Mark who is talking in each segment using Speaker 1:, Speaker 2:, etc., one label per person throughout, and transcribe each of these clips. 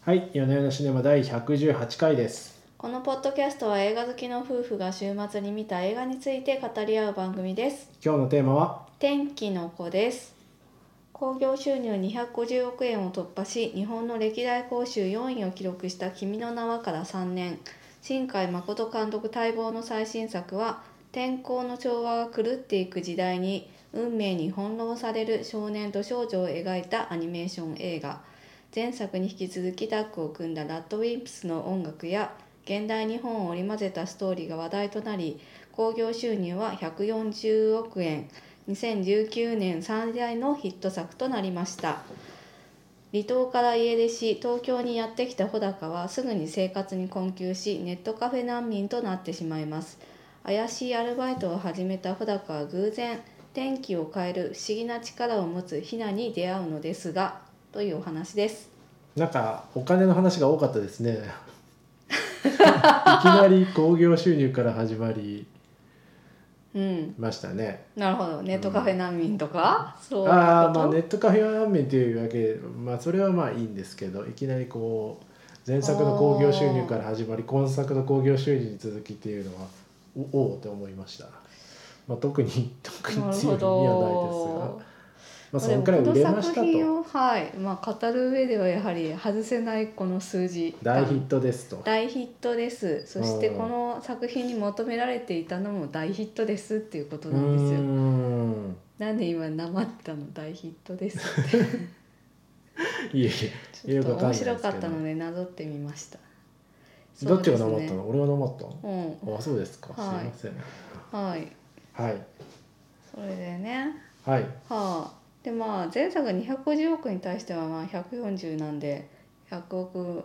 Speaker 1: はい、夜な夜なシネマ第118回です。
Speaker 2: このポッドキャストは映画好きの夫婦が週末に見た映画について語り合う番組です。
Speaker 1: 今日のテーマは、
Speaker 2: 天気の子です。興行収入250億円を突破し、日本の歴代公衆4位を記録した君の名はから3年、新海誠監督待望の最新作は、天候の調和が狂っていく時代に運命に翻弄される少年と少女を描いたアニメーション映画。前作に引き続きタッグを組んだラッドウィンプスの音楽や現代日本を織り交ぜたストーリーが話題となり興行収入は140億円2019年最大のヒット作となりました離島から家出し東京にやってきた穂高はすぐに生活に困窮しネットカフェ難民となってしまいます怪しいアルバイトを始めた穂高は偶然天気を変える不思議な力を持つヒナに出会うのですがというお話です
Speaker 1: なんかお金の話が多かったです ね。いきなり興行収入から始まり
Speaker 2: うん
Speaker 1: ましたね。
Speaker 2: なるほどネットカフェ難民とか、そう
Speaker 1: ああ、まあネ
Speaker 2: ね
Speaker 1: ットカフェラーメンというわけで、まあそれはまあいいんですけど、いきなりこう前作の興行収入から始まり、今作の興行収入に続きっていうのはおおおって思いました。まあ特に特に
Speaker 2: なる
Speaker 1: 強い意味はない
Speaker 2: ほ
Speaker 1: です
Speaker 2: ど
Speaker 1: が、まあそのくらい売れました
Speaker 2: でもこの作品
Speaker 1: と
Speaker 2: をはいまあ語る上ではやはり外せないこの数字
Speaker 1: 大ヒットですと。
Speaker 2: 大ヒットですそして
Speaker 1: うん
Speaker 2: この作品に求められていたのも大ヒットですっていうことなんです
Speaker 1: うー
Speaker 2: よ
Speaker 1: ん
Speaker 2: なんで今なまったの大ヒットです って
Speaker 1: いえいえ
Speaker 2: ちょ
Speaker 1: よ
Speaker 2: っ
Speaker 1: くわ
Speaker 2: と
Speaker 1: かんないで
Speaker 2: 面
Speaker 1: すけど
Speaker 2: 白かったのでなぞってみました
Speaker 1: どっちがな
Speaker 2: そう
Speaker 1: まっ
Speaker 2: で
Speaker 1: た
Speaker 2: すね
Speaker 1: の俺がなまったの
Speaker 2: うん
Speaker 1: あそうですか、
Speaker 2: はい
Speaker 1: すいま
Speaker 2: はい
Speaker 1: せんはい
Speaker 2: それでね
Speaker 1: はい
Speaker 2: はあ、でまあ前作が250億に対してはまあ140なんで100億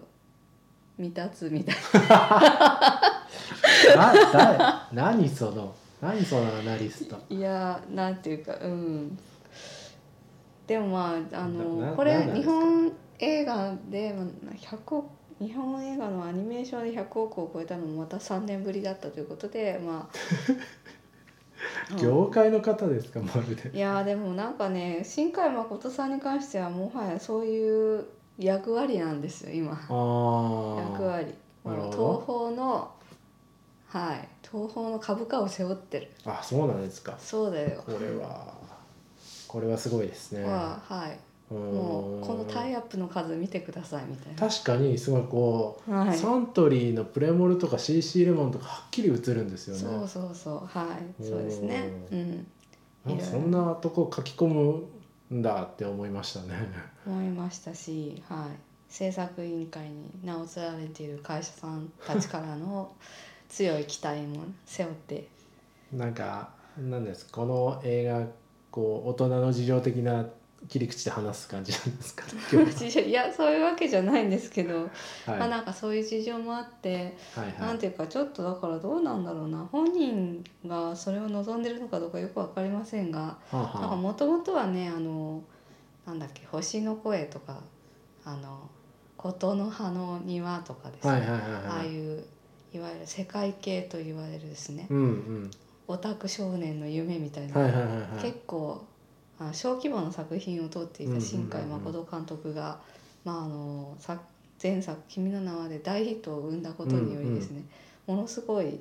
Speaker 2: 未達みたい
Speaker 1: なだ 何その何そのアナリスト
Speaker 2: ないやーなんていうかうんでもまああ
Speaker 1: な
Speaker 2: の
Speaker 1: な
Speaker 2: こ
Speaker 1: な
Speaker 2: れ
Speaker 1: んなんで
Speaker 2: 日
Speaker 1: すか
Speaker 2: 本映画でまあ100億日本映画のアニメーションで100億を超えたのもまた3年ぶりだったということで まあうん
Speaker 1: 業界の方ですかまるで
Speaker 2: いやーでもなんかね新海誠さんに関してはもはやそういう役割なんですよ今。
Speaker 1: あー
Speaker 2: 役割
Speaker 1: なるほ
Speaker 2: 東
Speaker 1: ど
Speaker 2: 宝のはい東宝の株価を背負ってる
Speaker 1: あそうなんですか
Speaker 2: そうだよ
Speaker 1: これはこれはすごいですね
Speaker 2: ははいもうこのタイ
Speaker 1: ヤ
Speaker 2: アップの数見てくださいみたいな
Speaker 1: 確かにすごいこう、
Speaker 2: はい
Speaker 1: サントリーのプレモルとか CC レモンとかはっきり映るんですよね
Speaker 2: そうそうそうはいそうですね
Speaker 1: う
Speaker 2: うん
Speaker 1: なんかそんなとこ書き込むんだって思いましたね。
Speaker 2: 思いましたしはい制作委員会に名を連ねている会社さんたちからの強い期待も背負って
Speaker 1: なんかなんですこの映画こう大人の事情的な切り口で話す感じなんです か、ね、今日
Speaker 2: いやそういうわけじゃないんですけど、
Speaker 1: は。
Speaker 2: ま
Speaker 1: は
Speaker 2: あ
Speaker 1: い
Speaker 2: なんかそういう事情もあって
Speaker 1: はい
Speaker 2: な
Speaker 1: は
Speaker 2: んていうかちょっとだからどうなんだろうな本人がそれを望んでるのかどうかよく分かりませんが
Speaker 1: あ
Speaker 2: なんか
Speaker 1: は
Speaker 2: もともとはねあのなんだっけ「星の声」とか「あの琴の葉の庭」とかです
Speaker 1: あは
Speaker 2: ね、
Speaker 1: いはいはい
Speaker 2: あ
Speaker 1: は
Speaker 2: あ
Speaker 1: い。
Speaker 2: いういわゆる世界系と言われるですね
Speaker 1: うん
Speaker 2: オタク少年の夢みたい
Speaker 1: うん。
Speaker 2: な、
Speaker 1: はいはいはいはい
Speaker 2: 結。構あ小規模の作品を撮ってい
Speaker 1: うんう
Speaker 2: た
Speaker 1: んうんうん
Speaker 2: 新海誠監督が、まああのさ前作「君の名は」で大ヒットを生んだことによりですね、ものすごい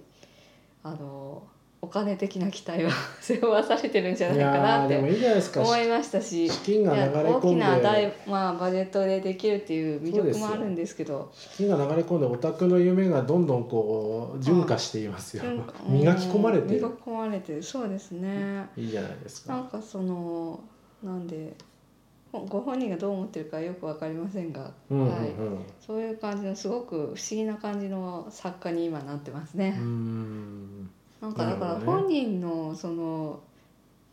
Speaker 2: あのお金的な期待は 背負わされてるんじゃない
Speaker 1: い
Speaker 2: か
Speaker 1: や
Speaker 2: な
Speaker 1: ー
Speaker 2: っ
Speaker 1: でも
Speaker 2: て
Speaker 1: いいじゃないですか。
Speaker 2: 思い
Speaker 1: 資
Speaker 2: ましたし。
Speaker 1: 資金が流れ
Speaker 2: いや大
Speaker 1: 込
Speaker 2: き
Speaker 1: ん
Speaker 2: な
Speaker 1: で
Speaker 2: 大、まあ、バジェットでできるっていう魅
Speaker 1: そうで
Speaker 2: 力
Speaker 1: すよ
Speaker 2: もあるんですけど
Speaker 1: 資金が流れ込んでオタクの夢がどんどんこう純化していますよ。
Speaker 2: うん
Speaker 1: 磨き込まれて
Speaker 2: 磨
Speaker 1: る
Speaker 2: き。込まれてるそうですね。
Speaker 1: いいじゃないです
Speaker 2: な
Speaker 1: か。
Speaker 2: んかそのなんでほご本人がどう思ってるかよくわかりませんが、
Speaker 1: うんうんう
Speaker 2: はい、
Speaker 1: ん。
Speaker 2: そういう感じのすごく不思議な感じの作家に今なってます
Speaker 1: うー
Speaker 2: ね。
Speaker 1: ん。
Speaker 2: なんかだ
Speaker 1: な
Speaker 2: から
Speaker 1: るほどね
Speaker 2: 本人のその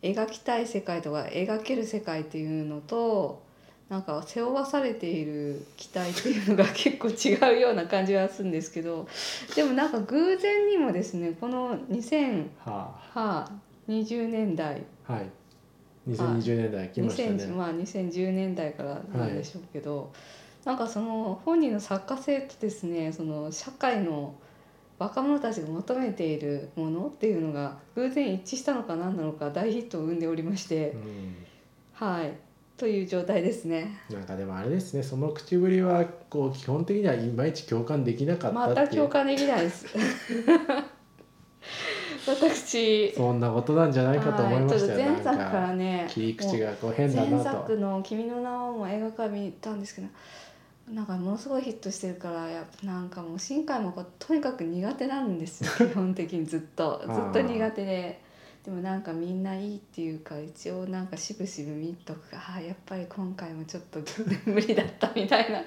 Speaker 2: 描きたい世界とか描ける世界っていうのとなんか背負わされている期待っていうのが結構違うような感じはするんですけどでもなんか偶然にもですねこの
Speaker 1: は
Speaker 2: 2020年代
Speaker 1: あはい。2020年代来ましたね
Speaker 2: 2010。まあ、2010年代からなんでしょうけど、なんかその本人の作家性とですねその社会の若者たちが求めているものっていうのが偶然一致したのか何なのか大ヒットを生んでおりまして、
Speaker 1: うん
Speaker 2: はいという状態ですね。
Speaker 1: なんかでもあれですねその口ぶりはこう基本的にはいまいち共感できなか
Speaker 2: ま
Speaker 1: った
Speaker 2: た
Speaker 1: っていう、
Speaker 2: 共感できな いです。私、
Speaker 1: そんなことなんじゃないかと思いましたよ、
Speaker 2: はいちょっと前
Speaker 1: なん
Speaker 2: 作からね、
Speaker 1: 切り口
Speaker 2: も
Speaker 1: がこう
Speaker 2: う
Speaker 1: 変だ
Speaker 2: 前
Speaker 1: なと
Speaker 2: 作の「君の名は」も映画館見たんですけどなんかものすごいヒットしてるからやっぱなんかもう新海もことにかく苦手なんですよ基本的にずっとずっと苦手ででもなんかみんないいっていうか一応なんかしぶしぶ見とくがあーやっぱり今回もちょっと無理だったみたいな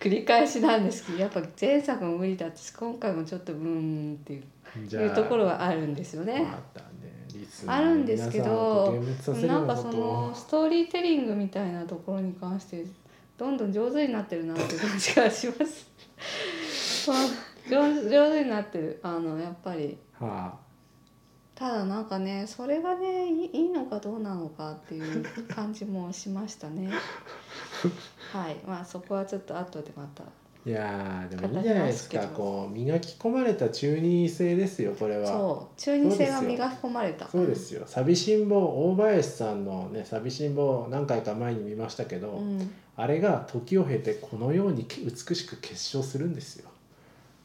Speaker 2: 繰り返しなんですけどやっぱ前作も無理だったし今回もちょっとうーんっていう
Speaker 1: じ
Speaker 2: いうところはあるんですよね。
Speaker 1: またねリス
Speaker 2: あるんですけど
Speaker 1: 皆さんと幻滅させるよ
Speaker 2: な
Speaker 1: うんなこ
Speaker 2: かそ
Speaker 1: とを
Speaker 2: のストーリーテリングみたいなところに関してどんどん上手になってるなっていう感じがします。 まあ上手上手になってるあのやっぱり
Speaker 1: は
Speaker 2: ただなんかねそれがねいいいいのかどうなのかっていう感じもしまし たね。はいまあそこはちょっと後でまた
Speaker 1: あ、いやーでもいいじゃないです
Speaker 2: 語
Speaker 1: か
Speaker 2: りますけど
Speaker 1: こう磨き込まれた中二性ですよこれは
Speaker 2: そう中二性が磨き込まれた
Speaker 1: そうですよ寂しん坊大林さんのね寂しん坊何回か前に見ましたけど、
Speaker 2: うん、
Speaker 1: あれが時を経てこのように美しく結晶するんですよ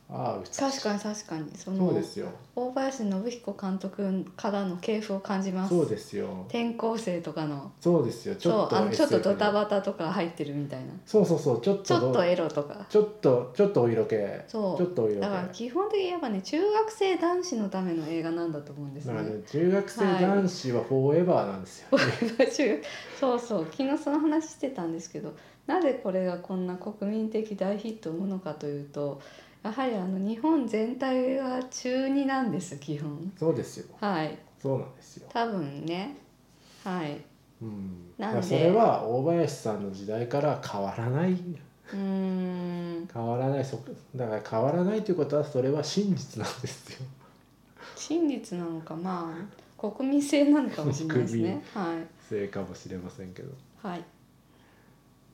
Speaker 1: ああ美しい
Speaker 2: 確かに確かにその
Speaker 1: そうですよ
Speaker 2: 大林信彦監督からの系譜を感じます。
Speaker 1: そうですよ
Speaker 2: 転校生とかの
Speaker 1: そうですよちょっ
Speaker 2: そうあ
Speaker 1: と
Speaker 2: のちょっと
Speaker 1: SF
Speaker 2: ド
Speaker 1: の
Speaker 2: タバタとか入ってるみたいな
Speaker 1: そうそうそうちょっと
Speaker 2: ちょっと
Speaker 1: ど
Speaker 2: エロとか
Speaker 1: ちょっとちょっとお色気
Speaker 2: そう
Speaker 1: ちょっとお色気
Speaker 2: だから基本的にやっぱね中学生男子のための映画なんだと思うんです
Speaker 1: だから
Speaker 2: ね。
Speaker 1: ね中学生男子はフォーエバーなんですよ、
Speaker 2: 中 そうそう昨日その話してたんですけどなぜこれがこんな国民的大ヒットを生むのかというとやはりあの日本全体が中二なんです基本
Speaker 1: そうですよ
Speaker 2: はい
Speaker 1: そうなんですよ、
Speaker 2: 多分ねはい
Speaker 1: うん、
Speaker 2: な
Speaker 1: だか
Speaker 2: んで
Speaker 1: らそれは大林さんの時代から変わらないう
Speaker 2: ーん
Speaker 1: 変わらないそだから変わらないということはそれは真実なんですよ
Speaker 2: 真実なのかまあ国民性なのかもしれないですねはい
Speaker 1: せいかもしれませんけど
Speaker 2: はい。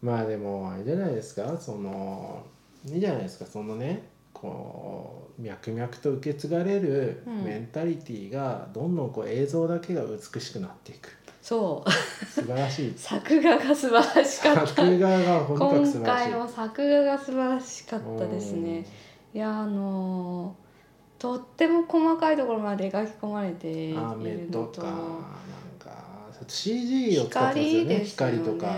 Speaker 1: まあでもあれじゃないですかそのいいじゃないですかそのねこう脈々と受け継がれる
Speaker 2: うん
Speaker 1: メンタリティーがどんどんこう映像だけが美しくなっていく
Speaker 2: そう。
Speaker 1: 素晴らしい
Speaker 2: 作画が素晴らしかった。
Speaker 1: 作画が 本格素晴
Speaker 2: 今
Speaker 1: らし
Speaker 2: 回
Speaker 1: い
Speaker 2: は作画が素晴らしかったですね。いやあのーとっても細かいところまで描き込まれて
Speaker 1: う
Speaker 2: い
Speaker 1: ん
Speaker 2: る
Speaker 1: 雨と
Speaker 2: の
Speaker 1: か
Speaker 2: と
Speaker 1: なんかあと CG を使ってますよ
Speaker 2: 光
Speaker 1: ね
Speaker 2: ですよね
Speaker 1: 光とか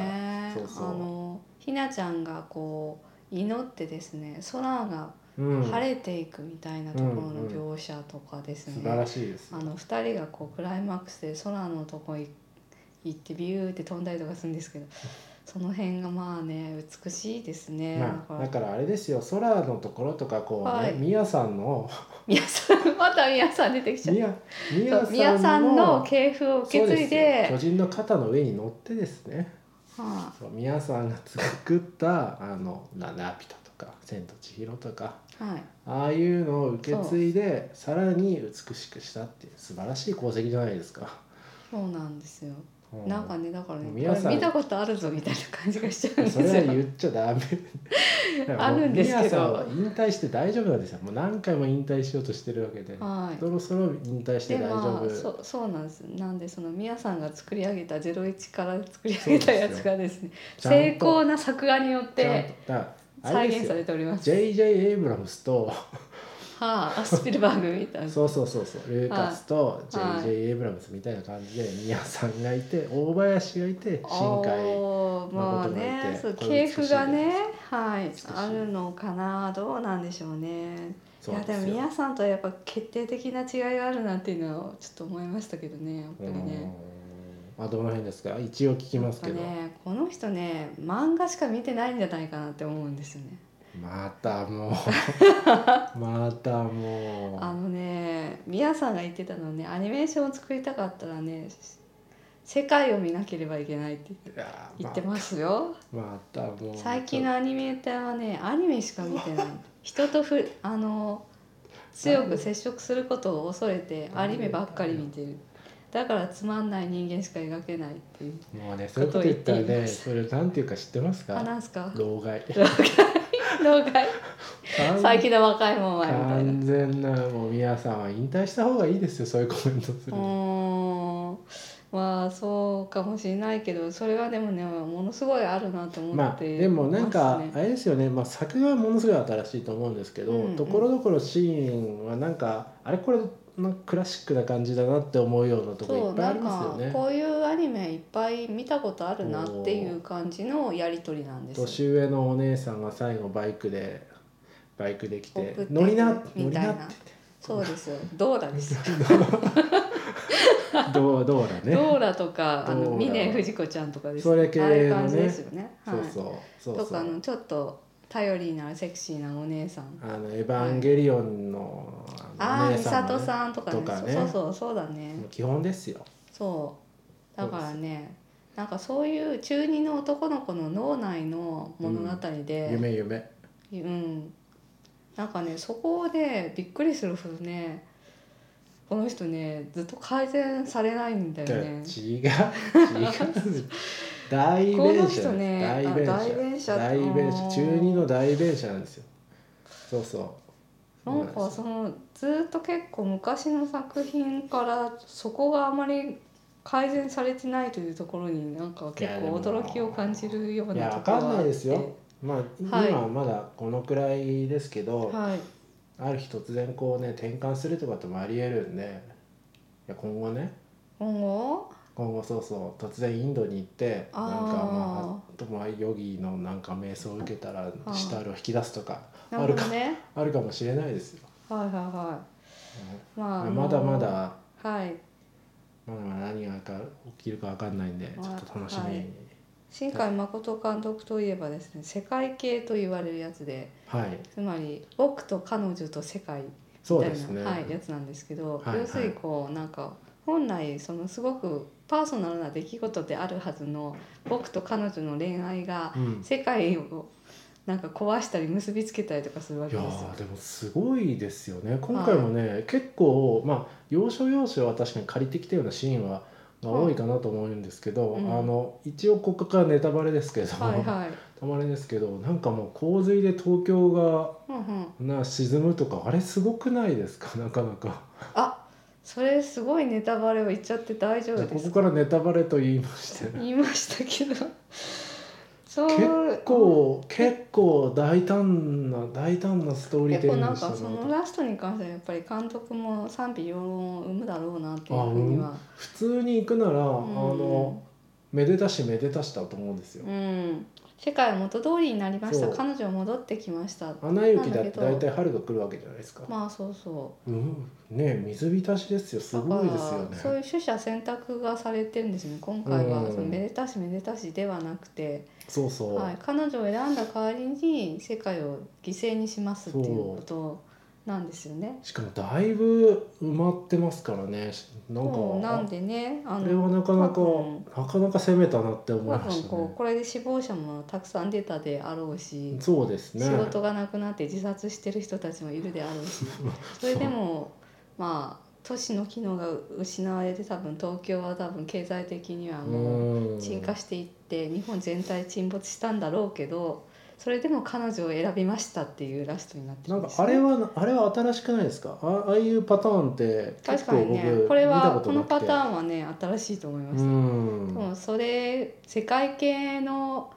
Speaker 1: そうそう
Speaker 2: あのひなちゃんがこう祈ってですね空が
Speaker 1: うん
Speaker 2: 晴れていくみたいなところの描写とかですね、
Speaker 1: 素晴らしいです
Speaker 2: あの2人がこうクライマックスで空のとこい行ってビューって飛んだりとかするんですけどその辺がまあね美しいですね、
Speaker 1: まあ、
Speaker 2: だ
Speaker 1: だ
Speaker 2: から
Speaker 1: からあれですよ空のところとかこうね、
Speaker 2: はい
Speaker 1: 宮さん の
Speaker 2: 宮さんまた宮さん出てきちゃった
Speaker 1: 宮宮
Speaker 2: そう宮さんの系譜を受け継いで
Speaker 1: そうですよ巨人の肩の上に乗ってですね
Speaker 2: は
Speaker 1: そう宮さんが作ったあの「なラピュタ」とか「千と千尋」とか
Speaker 2: あはい、
Speaker 1: ああいうのを受け継いでさらに美しくしたっていう素晴らしい功績じゃないですか。
Speaker 2: そうなんですよ、
Speaker 1: う
Speaker 2: なんかねだからねこ
Speaker 1: 宮さん
Speaker 2: れ見たことあるぞみたいな感じがしちゃうんです
Speaker 1: そ
Speaker 2: よ
Speaker 1: れは言っちゃ ダメ
Speaker 2: あるんですけど
Speaker 1: 宮さんは引退して大丈夫なんですよもう何回も引退しようとしてるわけで、
Speaker 2: はい
Speaker 1: そろそろ引退して
Speaker 2: で
Speaker 1: 大丈
Speaker 2: ま
Speaker 1: 夫
Speaker 2: あそうそうなんですなんでその宮さんが作り上げた「01」から作り上げたやつがですね
Speaker 1: そうですよ
Speaker 2: 精巧な作画によっ
Speaker 1: ちゃん
Speaker 2: て
Speaker 1: とだからあ
Speaker 2: 再
Speaker 1: れで
Speaker 2: 現
Speaker 1: す
Speaker 2: さ
Speaker 1: よ
Speaker 2: れております。
Speaker 1: J.J. エイブラムスと
Speaker 2: はあ、スピルバーグみたいな。
Speaker 1: そうそうそうそうルーカスと
Speaker 2: はい
Speaker 1: J.J. エイブラムスみたいな感じで宮さんがいて大林がいて新海
Speaker 2: おーまあね、そう
Speaker 1: これ美
Speaker 2: 系
Speaker 1: しい
Speaker 2: 譜がね、はい
Speaker 1: 美しい、
Speaker 2: あるのかな、どうなんでしょうね。い
Speaker 1: そうな
Speaker 2: や
Speaker 1: ん
Speaker 2: ですも
Speaker 1: よ
Speaker 2: 皆さんとやっぱ決定的な違いがあるなっていうのはちょっと思いましたけどね、やっぱりね。
Speaker 1: うんあどの辺ですか一応聞きますけど、
Speaker 2: やっぱね、この人ね、漫画しか見てないんじゃないかなって思うんですよね。
Speaker 1: またも うまたもう
Speaker 2: あのね、宮さんが言ってたのはね、アニメーションを作りたかったらね、世界を見なければいけないって
Speaker 1: いやー
Speaker 2: 言ってますよ。
Speaker 1: またもう
Speaker 2: 最近のアニメーターはねアニメしか見てない人とふあの強く接触することを恐れてアニメばっかり見てるだからつまんない人間しか描けないっていう
Speaker 1: もうねそういうこと言ったらねそれなんていうか知ってます
Speaker 2: あ
Speaker 1: か
Speaker 2: なんすか
Speaker 1: 老害
Speaker 2: 老害 最近の若いもんはみたいな
Speaker 1: 完全なもう皆さんは引退した方がいいですよそういうコメントする
Speaker 2: うーんまあそうかもしれないけどそれはでもねものすごいあるなと思って
Speaker 1: まあでもなんかあれですよね、まあ、作画はものすごい新しいと思うんですけど、
Speaker 2: うんうん
Speaker 1: ところどころシーンはなんかあれこれなんかクラシックな感じだなって思うようなとこ
Speaker 2: そ
Speaker 1: いうっぱい
Speaker 2: な
Speaker 1: あり
Speaker 2: ん
Speaker 1: ま
Speaker 2: か
Speaker 1: すよね。
Speaker 2: こういうアニメいっぱい見たことあるなっていう感じのやり取りなんです
Speaker 1: 年上のお姉さんが最後バイクでバイクできて
Speaker 2: 送って
Speaker 1: 乗りな乗
Speaker 2: み
Speaker 1: り
Speaker 2: たい
Speaker 1: な
Speaker 2: な
Speaker 1: って
Speaker 2: そうですどうだです
Speaker 1: どうどうだね
Speaker 2: ドーラとかあ
Speaker 1: ドー
Speaker 2: の
Speaker 1: ラ
Speaker 2: 峰不二子ちゃんとかです
Speaker 1: それ系の
Speaker 2: あ
Speaker 1: ね
Speaker 2: あいう感じですよねはい
Speaker 1: そうそうそうそう
Speaker 2: とかあのちょっと頼りになるセクシーなお姉さん
Speaker 1: あの「エヴァンゲリオンの」
Speaker 2: ああ
Speaker 1: の
Speaker 2: 美里
Speaker 1: ん
Speaker 2: さんとかね
Speaker 1: とかね
Speaker 2: そうそうそうだね
Speaker 1: もう基本ですよ
Speaker 2: そうだからねなんかそういう中二の男の子の脳内の物語で、うん
Speaker 1: 夢夢
Speaker 2: なんかねそこでびっくりするほどねこの人ねずっと改善されないんだ
Speaker 1: 違
Speaker 2: よ
Speaker 1: う
Speaker 2: ね。
Speaker 1: 違う大弁
Speaker 2: この
Speaker 1: 者
Speaker 2: 人ね
Speaker 1: 大弁
Speaker 2: あ代弁
Speaker 1: 者
Speaker 2: 者
Speaker 1: 大弁
Speaker 2: あ
Speaker 1: 者
Speaker 2: ー
Speaker 1: 中二の大弁者なんですよそうそう
Speaker 2: なんかそのずっと結構昔の作品からそこがあまり改善されてないというところになんか結構驚きを感じるよう
Speaker 1: い
Speaker 2: な
Speaker 1: や
Speaker 2: と
Speaker 1: わ
Speaker 2: ころ
Speaker 1: かん
Speaker 2: は
Speaker 1: な
Speaker 2: あ
Speaker 1: い
Speaker 2: って
Speaker 1: ですよまあ、
Speaker 2: はい
Speaker 1: 今はまだこのくらいですけど、
Speaker 2: はい、
Speaker 1: ある日突然こうね転換するとかってもありえるんでいや今後ね
Speaker 2: 今後
Speaker 1: 今後そうそう突然インドに行ってなんかま
Speaker 2: あ
Speaker 1: あともヨギのなんか瞑想を受けたら
Speaker 2: あー
Speaker 1: シタールを引き出すとか
Speaker 2: なるほどね
Speaker 1: あるかもしれないですよ、
Speaker 2: はいはいは
Speaker 1: うん
Speaker 2: いまあ、あの
Speaker 1: まだまだ
Speaker 2: はい
Speaker 1: まだまだ何がか起きるかわかんないんでちょっと楽しみに
Speaker 2: 新海誠監督といえばですね世界系と言われるやつで
Speaker 1: はい、
Speaker 2: つまり僕と彼女と世界
Speaker 1: そう
Speaker 2: み
Speaker 1: で
Speaker 2: たい
Speaker 1: す
Speaker 2: な、
Speaker 1: ね、
Speaker 2: はい、やつなんですけど、
Speaker 1: はいはい
Speaker 2: 要するにこうなんか本来そのすごくパーソナルな出来事であるはずの僕と彼女の恋愛が
Speaker 1: うん、
Speaker 2: 世界をなんか壊したり結びつけたりとかするわ
Speaker 1: い
Speaker 2: け
Speaker 1: や
Speaker 2: ですよ
Speaker 1: ー。でもすごいですよね今回もね、結構まあ要所要所は確かに借りてきたようなシーンはが多いかなと思うんですけど、
Speaker 2: うん
Speaker 1: あの一応ここからネタバレですけど、
Speaker 2: はいはい。
Speaker 1: たまれですけどなんかもう洪水で東京が
Speaker 2: うんうん。
Speaker 1: な沈むとかあれすごくないですかなかなか
Speaker 2: あ、それすごいネタバレを言っちゃって大丈夫で
Speaker 1: こ
Speaker 2: す
Speaker 1: こ
Speaker 2: か。
Speaker 1: からネタバレと言いまして
Speaker 2: 言いましたけど。そう。
Speaker 1: 結構結構大胆な大胆なストーリー
Speaker 2: 結
Speaker 1: テリ
Speaker 2: 構
Speaker 1: ング
Speaker 2: なん
Speaker 1: でした
Speaker 2: か
Speaker 1: な
Speaker 2: そ
Speaker 1: と
Speaker 2: のラストに関してはやっぱり監督も賛否両論を生むだろうなっていうふうには。
Speaker 1: 普通に行くなら、あのめでたしめでたしだと思うんですよ、
Speaker 2: うん、世界は元通りになりました
Speaker 1: そう
Speaker 2: 彼女は戻ってきました
Speaker 1: アナ雪だって
Speaker 2: なんだ
Speaker 1: 大
Speaker 2: け
Speaker 1: 体
Speaker 2: ど
Speaker 1: 春が来るわけじゃないですか、
Speaker 2: まあそうそ
Speaker 1: うんね水浸しですよ
Speaker 2: う
Speaker 1: すごいですよ
Speaker 2: だからそうい
Speaker 1: ね
Speaker 2: う取捨選択がされてるんですよね今回は、
Speaker 1: うん
Speaker 2: そのめでたしめでたしではなくて、
Speaker 1: そうそう、
Speaker 2: はい、彼女を選んだ代わりに世界を犠牲にしますっていうことなんですよね。
Speaker 1: しかもだいぶ埋まってますからねなんか
Speaker 2: そうなんでねあ
Speaker 1: これは
Speaker 2: の
Speaker 1: なかなか、
Speaker 2: うん
Speaker 1: なかなか攻めたなって思
Speaker 2: 多
Speaker 1: いまし
Speaker 2: 分
Speaker 1: た
Speaker 2: こ
Speaker 1: ね
Speaker 2: うこれで死亡者もたくさん出たであろうし。
Speaker 1: そうですね
Speaker 2: 仕事がなくなって自殺してる人たちもいるであろう しそれでもまあ都市の機能が失われて多分東京は多分経済的にはもう
Speaker 1: うん
Speaker 2: 沈下していって日本全体沈没したんだろうけどそれでも彼女を選びましたっていうラストになって
Speaker 1: な
Speaker 2: る
Speaker 1: ん
Speaker 2: で
Speaker 1: か
Speaker 2: す
Speaker 1: あ
Speaker 2: よ
Speaker 1: れはあれは新しくないですかあああいうパターンって
Speaker 2: 確かに
Speaker 1: 結
Speaker 2: ね
Speaker 1: 構僕
Speaker 2: これは
Speaker 1: 見た
Speaker 2: こ
Speaker 1: とな
Speaker 2: の
Speaker 1: くて
Speaker 2: パターンはね新しいと思いました。
Speaker 1: うん
Speaker 2: もうそれ世界系の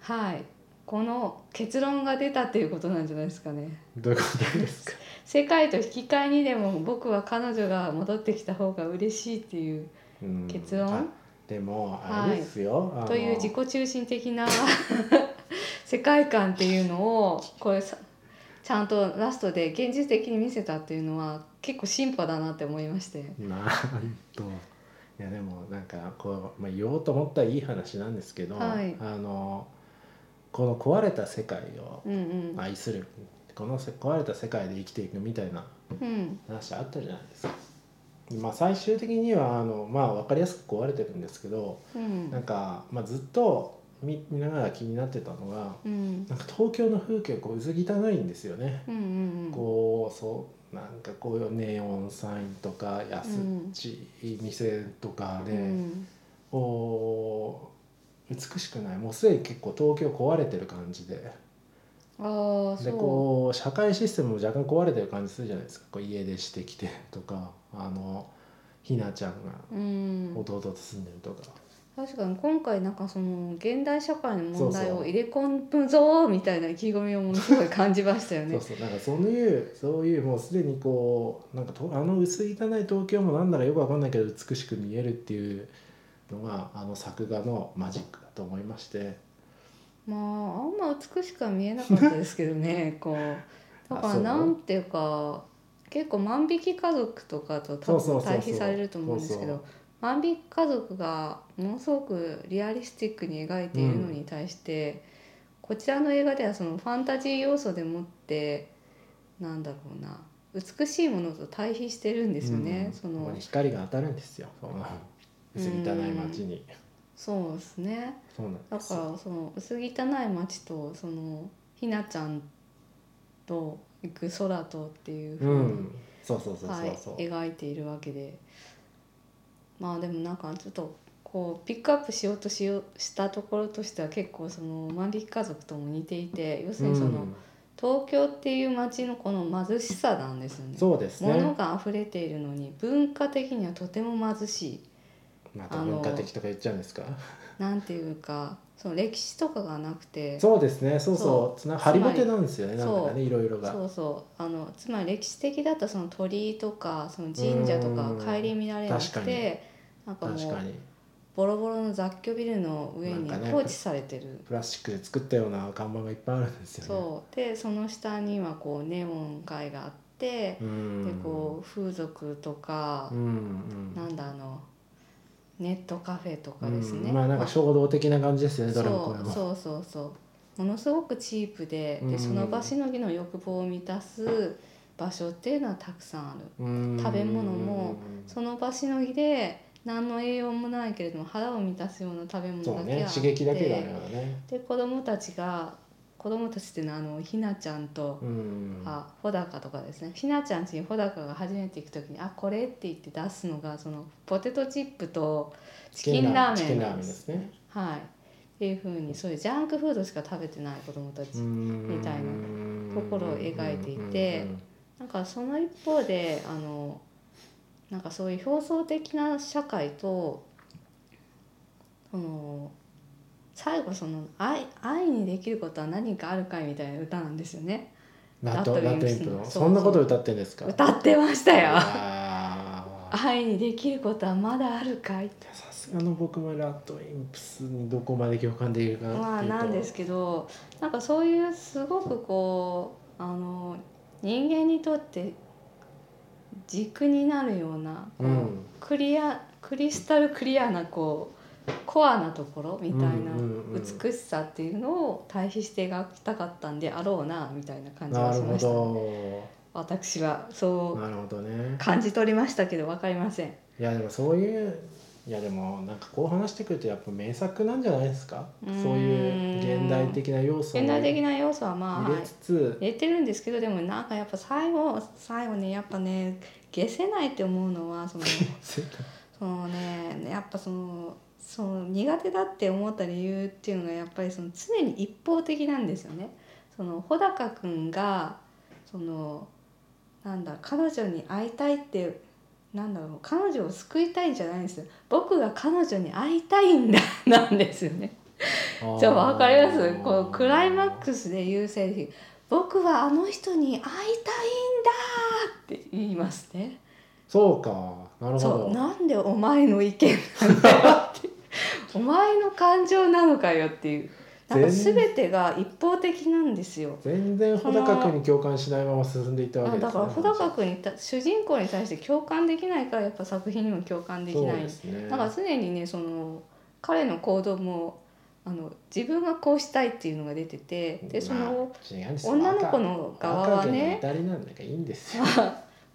Speaker 2: はいこの結論が出たっていうことなんじゃないですかね。
Speaker 1: どういうことですか
Speaker 2: 世界と引き換えにでも僕は彼女が戻ってきた方が嬉しいっていう
Speaker 1: うん
Speaker 2: 結論
Speaker 1: あでもあれですよ、あの
Speaker 2: という自己中心的な 世界観っていうのをこれさちゃんとラストで現実的に見せたっていうのは結構進歩だなって思いまして
Speaker 1: なんといやでもなんかこう、まあ、言おうと思ったらいい話なんですけど、
Speaker 2: はい
Speaker 1: あのこの壊れた世界を
Speaker 2: うんうん、
Speaker 1: 愛する、このせ壊れた世界で生きていくみたいな
Speaker 2: うん
Speaker 1: 話あったじゃないですか。まあ、最終的にはあの、まあ、分かりやすく壊れてるんですけど
Speaker 2: うん
Speaker 1: なんか、まあ、ずっと見見ながら気になってたのが
Speaker 2: うん
Speaker 1: なんか東京の風景こううず汚いんですよね。
Speaker 2: うんうんうん
Speaker 1: こうそうなんかこういうネオンサインとか安っちい店とかで、
Speaker 2: うん
Speaker 1: こう美しくないもうすでに結構東京壊れてる感じで
Speaker 2: ああ
Speaker 1: で
Speaker 2: そ
Speaker 1: こう社会システムも若干壊れてる感じするじゃないですかこう家出してきてとかあのひなちゃんが
Speaker 2: うん
Speaker 1: 弟と住んでるとか、
Speaker 2: 確かに今回なんかその現代社会の問題
Speaker 1: そうそ
Speaker 2: を
Speaker 1: う
Speaker 2: 入れ込むぞーみたいな意気込みをものすごい感じましたよ
Speaker 1: そ
Speaker 2: ね
Speaker 1: う。そうなんかそういうそういうもうすでにこうなんかとあの薄汚い東京もなんだかよくわかんないけど美しく見えるっていうのがあの作画のマジックだと思いまして
Speaker 2: まああんま美しくは見えなかったですけど ねこうだ
Speaker 1: あ
Speaker 2: から
Speaker 1: そう
Speaker 2: なんていうか結構「万引き家族」とかと多
Speaker 1: そうそうそう
Speaker 2: 分
Speaker 1: そう
Speaker 2: 対比されると思うんですけ
Speaker 1: そう
Speaker 2: ど「万引き家族」がものすごくリアリスティックに描いているのに対して、こちらの映画ではそのファンタジー要素でもってなんだろうな美しいものと対比してるんですよね。
Speaker 1: うん
Speaker 2: その
Speaker 1: ここに光が当たるんですよその薄汚い街に、
Speaker 2: そうですね
Speaker 1: そうなん
Speaker 2: だ
Speaker 1: です
Speaker 2: からその薄汚い町とそのひなちゃんと行く空とっていう
Speaker 1: う
Speaker 2: 風に
Speaker 1: んそうそうそう
Speaker 2: は
Speaker 1: そう
Speaker 2: い
Speaker 1: そう、
Speaker 2: 描いているわけでまあでもなんかちょっとこうピックアップしようとしようしたところとしては結構その万引き家族とも似ていて要するにその、
Speaker 1: うん
Speaker 2: 東京っていう町のこの貧しさなんですよね。
Speaker 1: そうです
Speaker 2: 物
Speaker 1: ね、
Speaker 2: が溢れているのに文化的にはとても貧しい
Speaker 1: また文化的とか言っちゃうんですか
Speaker 2: なんていうかその歴史とかがなくて
Speaker 1: そうですねそうそ
Speaker 2: そう
Speaker 1: つな張りぼてなんですよねなん
Speaker 2: そう
Speaker 1: だかねいろいろが
Speaker 2: そうそうあのつまり歴史的だったその鳥居とかその神社とか
Speaker 1: うん
Speaker 2: 顧みられなく
Speaker 1: 確かに
Speaker 2: てなんかも
Speaker 1: 確か
Speaker 2: う
Speaker 1: に
Speaker 2: ボロボロの雑居ビルの上に
Speaker 1: なんかね
Speaker 2: 放置されてる。
Speaker 1: プラスチックで作ったような看板がいっぱいあるんですよね
Speaker 2: そうでその下にはこうネオン街があって、
Speaker 1: うん
Speaker 2: でこう風俗とか
Speaker 1: う、んうん
Speaker 2: なんだあのネットカフェとかですね、
Speaker 1: うんまあなんか衝動的な感じですよねどれもこれも
Speaker 2: そうそうそうそうものすごくチープで
Speaker 1: うん
Speaker 2: でその場しのぎの欲望を満たす場所っていうのはたくさんある
Speaker 1: うん
Speaker 2: 食べ物もその場しのぎで何の栄養もないけれども腹を満たすような食べ物
Speaker 1: そう
Speaker 2: だけ
Speaker 1: ね
Speaker 2: あって
Speaker 1: 刺激だけがあるからね
Speaker 2: で子供たちが子供たちっていうのはあのひなちゃんと、
Speaker 1: うん
Speaker 2: あ穂高とかですねひなちゃんちに穂高が初めて行く時に「あこれ」って言って出すのがそのポテトチップとチキンラー
Speaker 1: チキ
Speaker 2: メン
Speaker 1: ン
Speaker 2: な
Speaker 1: ラーメ
Speaker 2: ん
Speaker 1: ン
Speaker 2: で
Speaker 1: ですすね
Speaker 2: はい、っていう風にそういうジャンクフードしか食べてない子どもたち、
Speaker 1: み
Speaker 2: みたいなところを描いていてなんかその一方であのなんかそういう表層的な社会とその最後その愛愛にできることは何かあるかいみたいな歌なんですよね
Speaker 1: ラトラ
Speaker 2: ラ
Speaker 1: ト
Speaker 2: ト
Speaker 1: イ
Speaker 2: イ
Speaker 1: ン
Speaker 2: ン
Speaker 1: プ
Speaker 2: プ
Speaker 1: の
Speaker 2: の
Speaker 1: そんなこと歌ってんですかっ
Speaker 2: 歌ってましたよ
Speaker 1: よ
Speaker 2: 愛にできることはまだあるかい
Speaker 1: さすがの僕もラットインプスにどこまで共感できるか
Speaker 2: まあなんですけどなんかそういうすごくこうあの人間にとって軸になるような、こう
Speaker 1: うん
Speaker 2: クリアクリスタルクリアなこうコアなところみたいな
Speaker 1: うんうんうん
Speaker 2: 美しさっていうのを対比して描きたかったんであろうなみたいな感じ
Speaker 1: な
Speaker 2: が
Speaker 1: る
Speaker 2: し
Speaker 1: ほ
Speaker 2: ました、
Speaker 1: ど
Speaker 2: 私はそう
Speaker 1: なるほどね
Speaker 2: 感じ取りましたけど分かりません
Speaker 1: いやでもそういういやでもなんかこう話してくるとやっぱ名作なんじゃないですか
Speaker 2: うーん
Speaker 1: そういう現代的な要素を
Speaker 2: 現代的
Speaker 1: 入
Speaker 2: な要素はまあ、は
Speaker 1: れ
Speaker 2: い
Speaker 1: つつ
Speaker 2: 入れてるんですけどでもなんかやっぱ最後最後ねやっぱね消せないって思うのはそのそのねやっぱそのその苦手だって思った理由っていうのがやっぱりその常に一方的なんですよね。その穂高くんがそのなんだ彼女に会いたいってなんだろう彼女を救いたいんじゃないんですよ僕が彼女に会いたいんだなんですよね。 じゃあわかりますこのクライマックスで言うセリフ「僕はあの人に会いたいんだ!」って言いますね。
Speaker 1: そうかなるほ
Speaker 2: そう
Speaker 1: ど
Speaker 2: なんでお前の意見なんだよって お前の感情なのかよっていうなんか
Speaker 1: 全
Speaker 2: 全てが一方的なんですよ。
Speaker 1: 全然穂高君に共感しないまま進んでいったわけ
Speaker 2: あ
Speaker 1: です
Speaker 2: だから穂高君にた主人公に対して共感できないからやっぱ作品にも共感でき
Speaker 1: そう
Speaker 2: ない
Speaker 1: ですね
Speaker 2: だから常にねその彼の行動もあの自分がこうしたいっていうのが出ててでその
Speaker 1: まあ違うんですよ
Speaker 2: 女の子の側はね
Speaker 1: 赤毛の至りなんだからいいんです よ、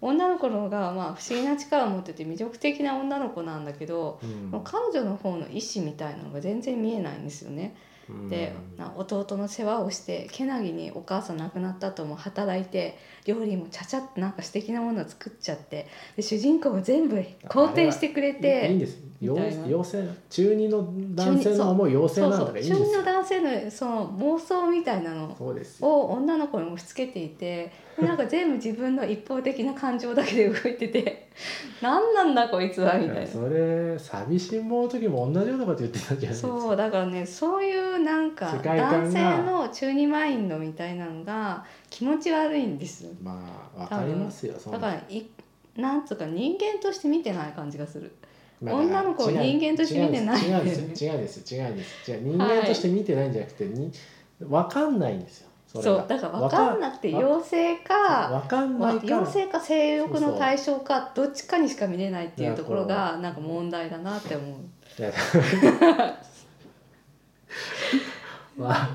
Speaker 2: 女の子の方がまあ不思議な力を持ってて魅力的な女の子なんだけど
Speaker 1: うん
Speaker 2: もう彼女の方の意思みたいなのが全然見えないんですよね。
Speaker 1: うん
Speaker 2: でな弟の世話をしてけなぎにお母さん亡くなった後も働いて料理もちゃちゃってなんか素敵なものを作っちゃってで主人公も全部肯定してくれ
Speaker 1: いいん
Speaker 2: て
Speaker 1: です
Speaker 2: みたい
Speaker 1: 妖
Speaker 2: な
Speaker 1: 妖精中二の男性の思う妖
Speaker 2: そ
Speaker 1: 精
Speaker 2: う
Speaker 1: なんだ
Speaker 2: そ
Speaker 1: か
Speaker 2: う
Speaker 1: らいいん
Speaker 2: 中
Speaker 1: です
Speaker 2: 二の
Speaker 1: よ
Speaker 2: 男性のその妄想みたいなの
Speaker 1: そうですよ
Speaker 2: を女の子にもしつけていてでなんか全部自分の一方的な感情だけで動いてて 何なんだこいつはみたいな。
Speaker 1: それ寂しん坊の時も同じようなこと言ってたじゃないですか
Speaker 2: そうだからねそういうなんか
Speaker 1: 世界観が
Speaker 2: 男性の中二マインドみたいなのが気持ち悪いんですよ
Speaker 1: まあわかりますよそ
Speaker 2: だ
Speaker 1: の
Speaker 2: からいなんつうか人間として見てない感じがする
Speaker 1: まあだから
Speaker 2: 女の子を
Speaker 1: 違う
Speaker 2: 人間として見てない
Speaker 1: 違うんです違うんですよ違うんですよ違うんです違う人間として見てないんじゃなくてにわかんないんですよ
Speaker 2: そ
Speaker 1: それが
Speaker 2: うだから分かんなくて妖精か
Speaker 1: わかんないから
Speaker 2: 妖精か性
Speaker 1: そ
Speaker 2: 欲
Speaker 1: う
Speaker 2: の
Speaker 1: そう
Speaker 2: 対象かどっちかにしか見れないってい
Speaker 1: いうや
Speaker 2: ところがなんか問題だなって思う
Speaker 1: いやまあ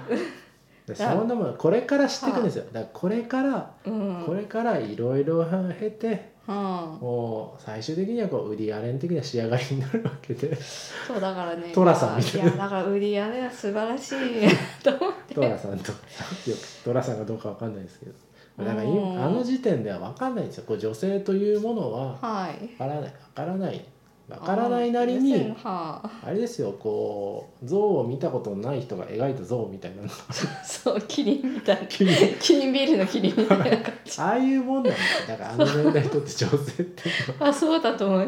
Speaker 1: で そんなもんこれから知っていくんですよだからこれから
Speaker 2: うん
Speaker 1: これからいろいろ経て
Speaker 2: うん、
Speaker 1: もう最終的にはこうウディ・アレン的な仕上がりになるわけで
Speaker 2: そうだからね
Speaker 1: 寅さんみたいな
Speaker 2: やだから売り上げは素晴 らしいと思って
Speaker 1: トラさんとよくトラさんがどうかわかんないですけどだから
Speaker 2: うん
Speaker 1: 今あの時点ではわかんないんですよこう女性というものはわ
Speaker 2: はい
Speaker 1: からないわからないわからないなりに
Speaker 2: はあ
Speaker 1: あれですよこう像を見たことのない人が描いた像みたいなの
Speaker 2: そうキリンみたいな
Speaker 1: 急 に
Speaker 2: キリンビールのキリンみたいな感じ
Speaker 1: ああいうもんなんですよだからあの年代にとって女性っていうの
Speaker 2: あそうだと思う
Speaker 1: は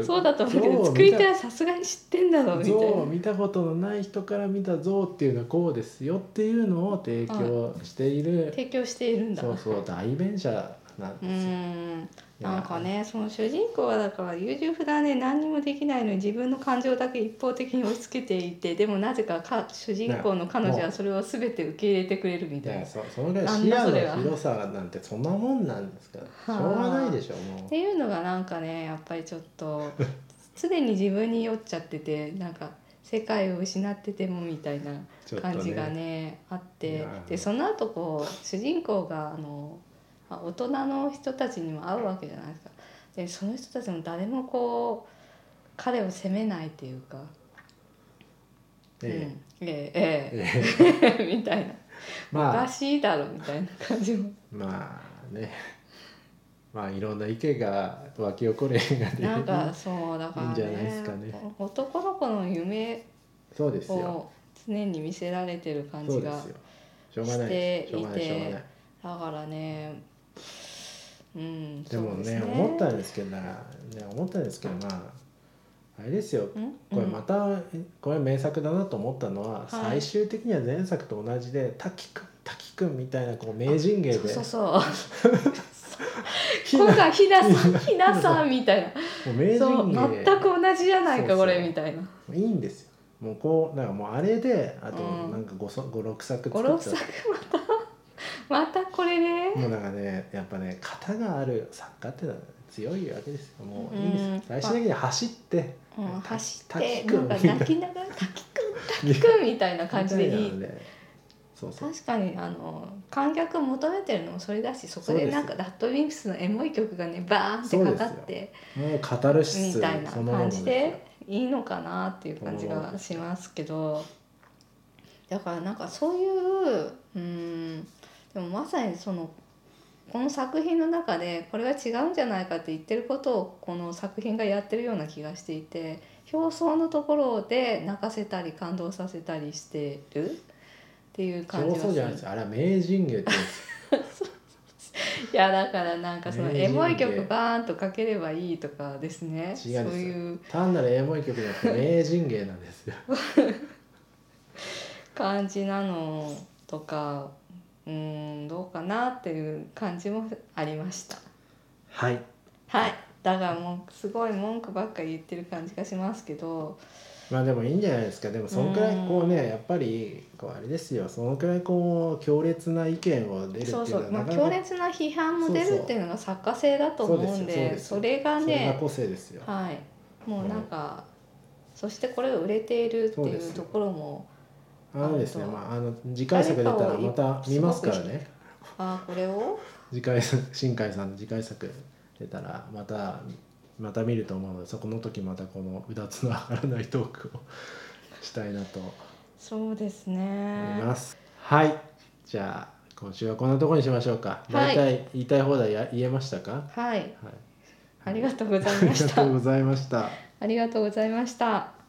Speaker 2: そうだと思うけ
Speaker 1: 像
Speaker 2: ど
Speaker 1: を
Speaker 2: 作り
Speaker 1: 見た
Speaker 2: 手はさすがに知ってんだろうみたい
Speaker 1: 像
Speaker 2: な
Speaker 1: を見たことのない人から見た像っていうのはこうですよっていうのを提供している、
Speaker 2: 提供しているんだ
Speaker 1: そうそう代弁者なん
Speaker 2: う
Speaker 1: ですよ。
Speaker 2: ーんなんかねその主人公はだから優柔不断で何にもできないのに自分の感情だけ一方的に押し付けていてでもなぜかか主人公の彼女はそれを全て受け入れてくれるみ
Speaker 1: い
Speaker 2: たい
Speaker 1: や
Speaker 2: な。っ
Speaker 1: そそのぐらい
Speaker 2: なん
Speaker 1: 視
Speaker 2: だ
Speaker 1: 野
Speaker 2: それは
Speaker 1: の広さなんてそんなもんなんですからしょうがないでしょも
Speaker 2: ていうのがなんかねやっぱりちょっと常に自分に酔っちゃっててなんか世界を失っててもみたいな。
Speaker 1: うちょっと
Speaker 2: 感じがね
Speaker 1: ね
Speaker 2: あって
Speaker 1: やー
Speaker 2: でその後こう主人公があのまあ大人の人たちにも会うわけじゃないですかでその人たちも誰もこう彼を責めないっていうか、
Speaker 1: え
Speaker 2: うん、
Speaker 1: え
Speaker 2: えええ
Speaker 1: ええ
Speaker 2: ええ みたいな、お
Speaker 1: ま
Speaker 2: か
Speaker 1: あ
Speaker 2: しいだろみたいな感じ も
Speaker 1: まあね まあいろんな意見が湧き起こる映画で
Speaker 2: なんかそうだから
Speaker 1: いいんじゃ
Speaker 2: ね
Speaker 1: ないですかね
Speaker 2: 男の子の夢
Speaker 1: そうですよ
Speaker 2: を常に見せられてる感
Speaker 1: そ
Speaker 2: じ
Speaker 1: うで
Speaker 2: が
Speaker 1: すよしょうがないですしょうがない
Speaker 2: してい
Speaker 1: しょう
Speaker 2: て
Speaker 1: がない
Speaker 2: だからねうん
Speaker 1: でも
Speaker 2: そう
Speaker 1: ね思ったんですけどなね思ったんですけどまああれですよ
Speaker 2: ん
Speaker 1: これまたこれ名作だなと思ったのは、
Speaker 2: はい
Speaker 1: 最終的には前作と同じで滝くん滝くんみたいなこう名人芸で
Speaker 2: そうそうそう
Speaker 1: ひ な
Speaker 2: 今回ひなさ
Speaker 1: ひ
Speaker 2: ん
Speaker 1: な
Speaker 2: ひなさんみたい
Speaker 1: もう 名
Speaker 2: なそ
Speaker 1: 人
Speaker 2: う
Speaker 1: 芸
Speaker 2: 全く同じじゃない
Speaker 1: そ
Speaker 2: か
Speaker 1: うそう
Speaker 2: これみたいな
Speaker 1: でいいんですよもうこうなんかもうあれであと
Speaker 2: うん
Speaker 1: なんか56作
Speaker 2: 五
Speaker 1: 作っ
Speaker 2: 六
Speaker 1: ち
Speaker 2: 作
Speaker 1: ゃ
Speaker 2: またまたこれ
Speaker 1: う
Speaker 2: ね
Speaker 1: もうなんかねやっぱね型がある作家ってのは強いわけですよもういいんです
Speaker 2: うん
Speaker 1: よ最終的には走って
Speaker 2: うん
Speaker 1: 滝
Speaker 2: 走っ
Speaker 1: 滝
Speaker 2: て
Speaker 1: く
Speaker 2: なんんか
Speaker 1: みたいな
Speaker 2: 泣きな がら「滝くん滝くん」みたいな感じでい
Speaker 1: み
Speaker 2: い
Speaker 1: たなのそうそう
Speaker 2: 確かにあの観客を求めてるのもそれだしそこ
Speaker 1: そう
Speaker 2: で
Speaker 1: です
Speaker 2: なんかラッドウィンプスのエモい曲がねバーンってかかって
Speaker 1: もう語るし
Speaker 2: み
Speaker 1: つ
Speaker 2: たいな
Speaker 1: そのもの
Speaker 2: 感
Speaker 1: す
Speaker 2: じ
Speaker 1: よ
Speaker 2: でいいのかなっていう感じがしますけどだからなんかそういううんでもまさにそのこの作品の中でこれは違うんじゃないかって言ってることをこの作品がやってるような気がしていて表層のところで泣かせたり感動させたりしてるっていう感じ
Speaker 1: そう
Speaker 2: が
Speaker 1: そうじゃないですよあれは名人芸って言うんですよ
Speaker 2: いやだからなんかその
Speaker 1: ね
Speaker 2: エモい
Speaker 1: 人
Speaker 2: 曲
Speaker 1: 間
Speaker 2: バーンとかければいいとかですねそう
Speaker 1: 違うんですよ
Speaker 2: いう
Speaker 1: 単なるエモい曲じゃなくて名人芸なんですよ
Speaker 2: 感じなのとかうーんどうかなっていう感じもありました
Speaker 1: はい
Speaker 2: はいだからもうすごい文句ばっかり言ってる感じがしますけど
Speaker 1: まあでもいいんじゃないですかでもそのくらいこうねやっぱりこうあれですよそのくらいこう強烈な意見を出るっていう
Speaker 2: そうそう、
Speaker 1: の
Speaker 2: ま
Speaker 1: は
Speaker 2: あ、
Speaker 1: なか
Speaker 2: 強
Speaker 1: なか
Speaker 2: 烈な批判も出るっていうのが作家性だと思うんで
Speaker 1: そうですよそう
Speaker 2: そ
Speaker 1: ですよ
Speaker 2: れが
Speaker 1: それが
Speaker 2: ね
Speaker 1: 個性ですよ
Speaker 2: はいもうなんか、そしてこれが売れているって
Speaker 1: そう
Speaker 2: い
Speaker 1: で
Speaker 2: う
Speaker 1: す
Speaker 2: と
Speaker 1: よ
Speaker 2: ころも
Speaker 1: あのですね
Speaker 2: 本当
Speaker 1: まああの次回作出たらまた見ますからね
Speaker 2: ああこれを
Speaker 1: 次回作新海さんの次回作出たらまたまた見ると思うのでそこの時またこのうだつの上がらないトークをしたいなと
Speaker 2: そうです
Speaker 1: 思
Speaker 2: ね
Speaker 1: います。はい。じゃあ今週はこんなところにしましょうか。
Speaker 2: は
Speaker 1: 大
Speaker 2: い
Speaker 1: 体言いたい放題や言えましたか。
Speaker 2: は
Speaker 1: は
Speaker 2: い
Speaker 1: い。
Speaker 2: ありがとうござい
Speaker 1: あ
Speaker 2: ま
Speaker 1: りが
Speaker 2: した
Speaker 1: とうございました。
Speaker 2: ありがとうございました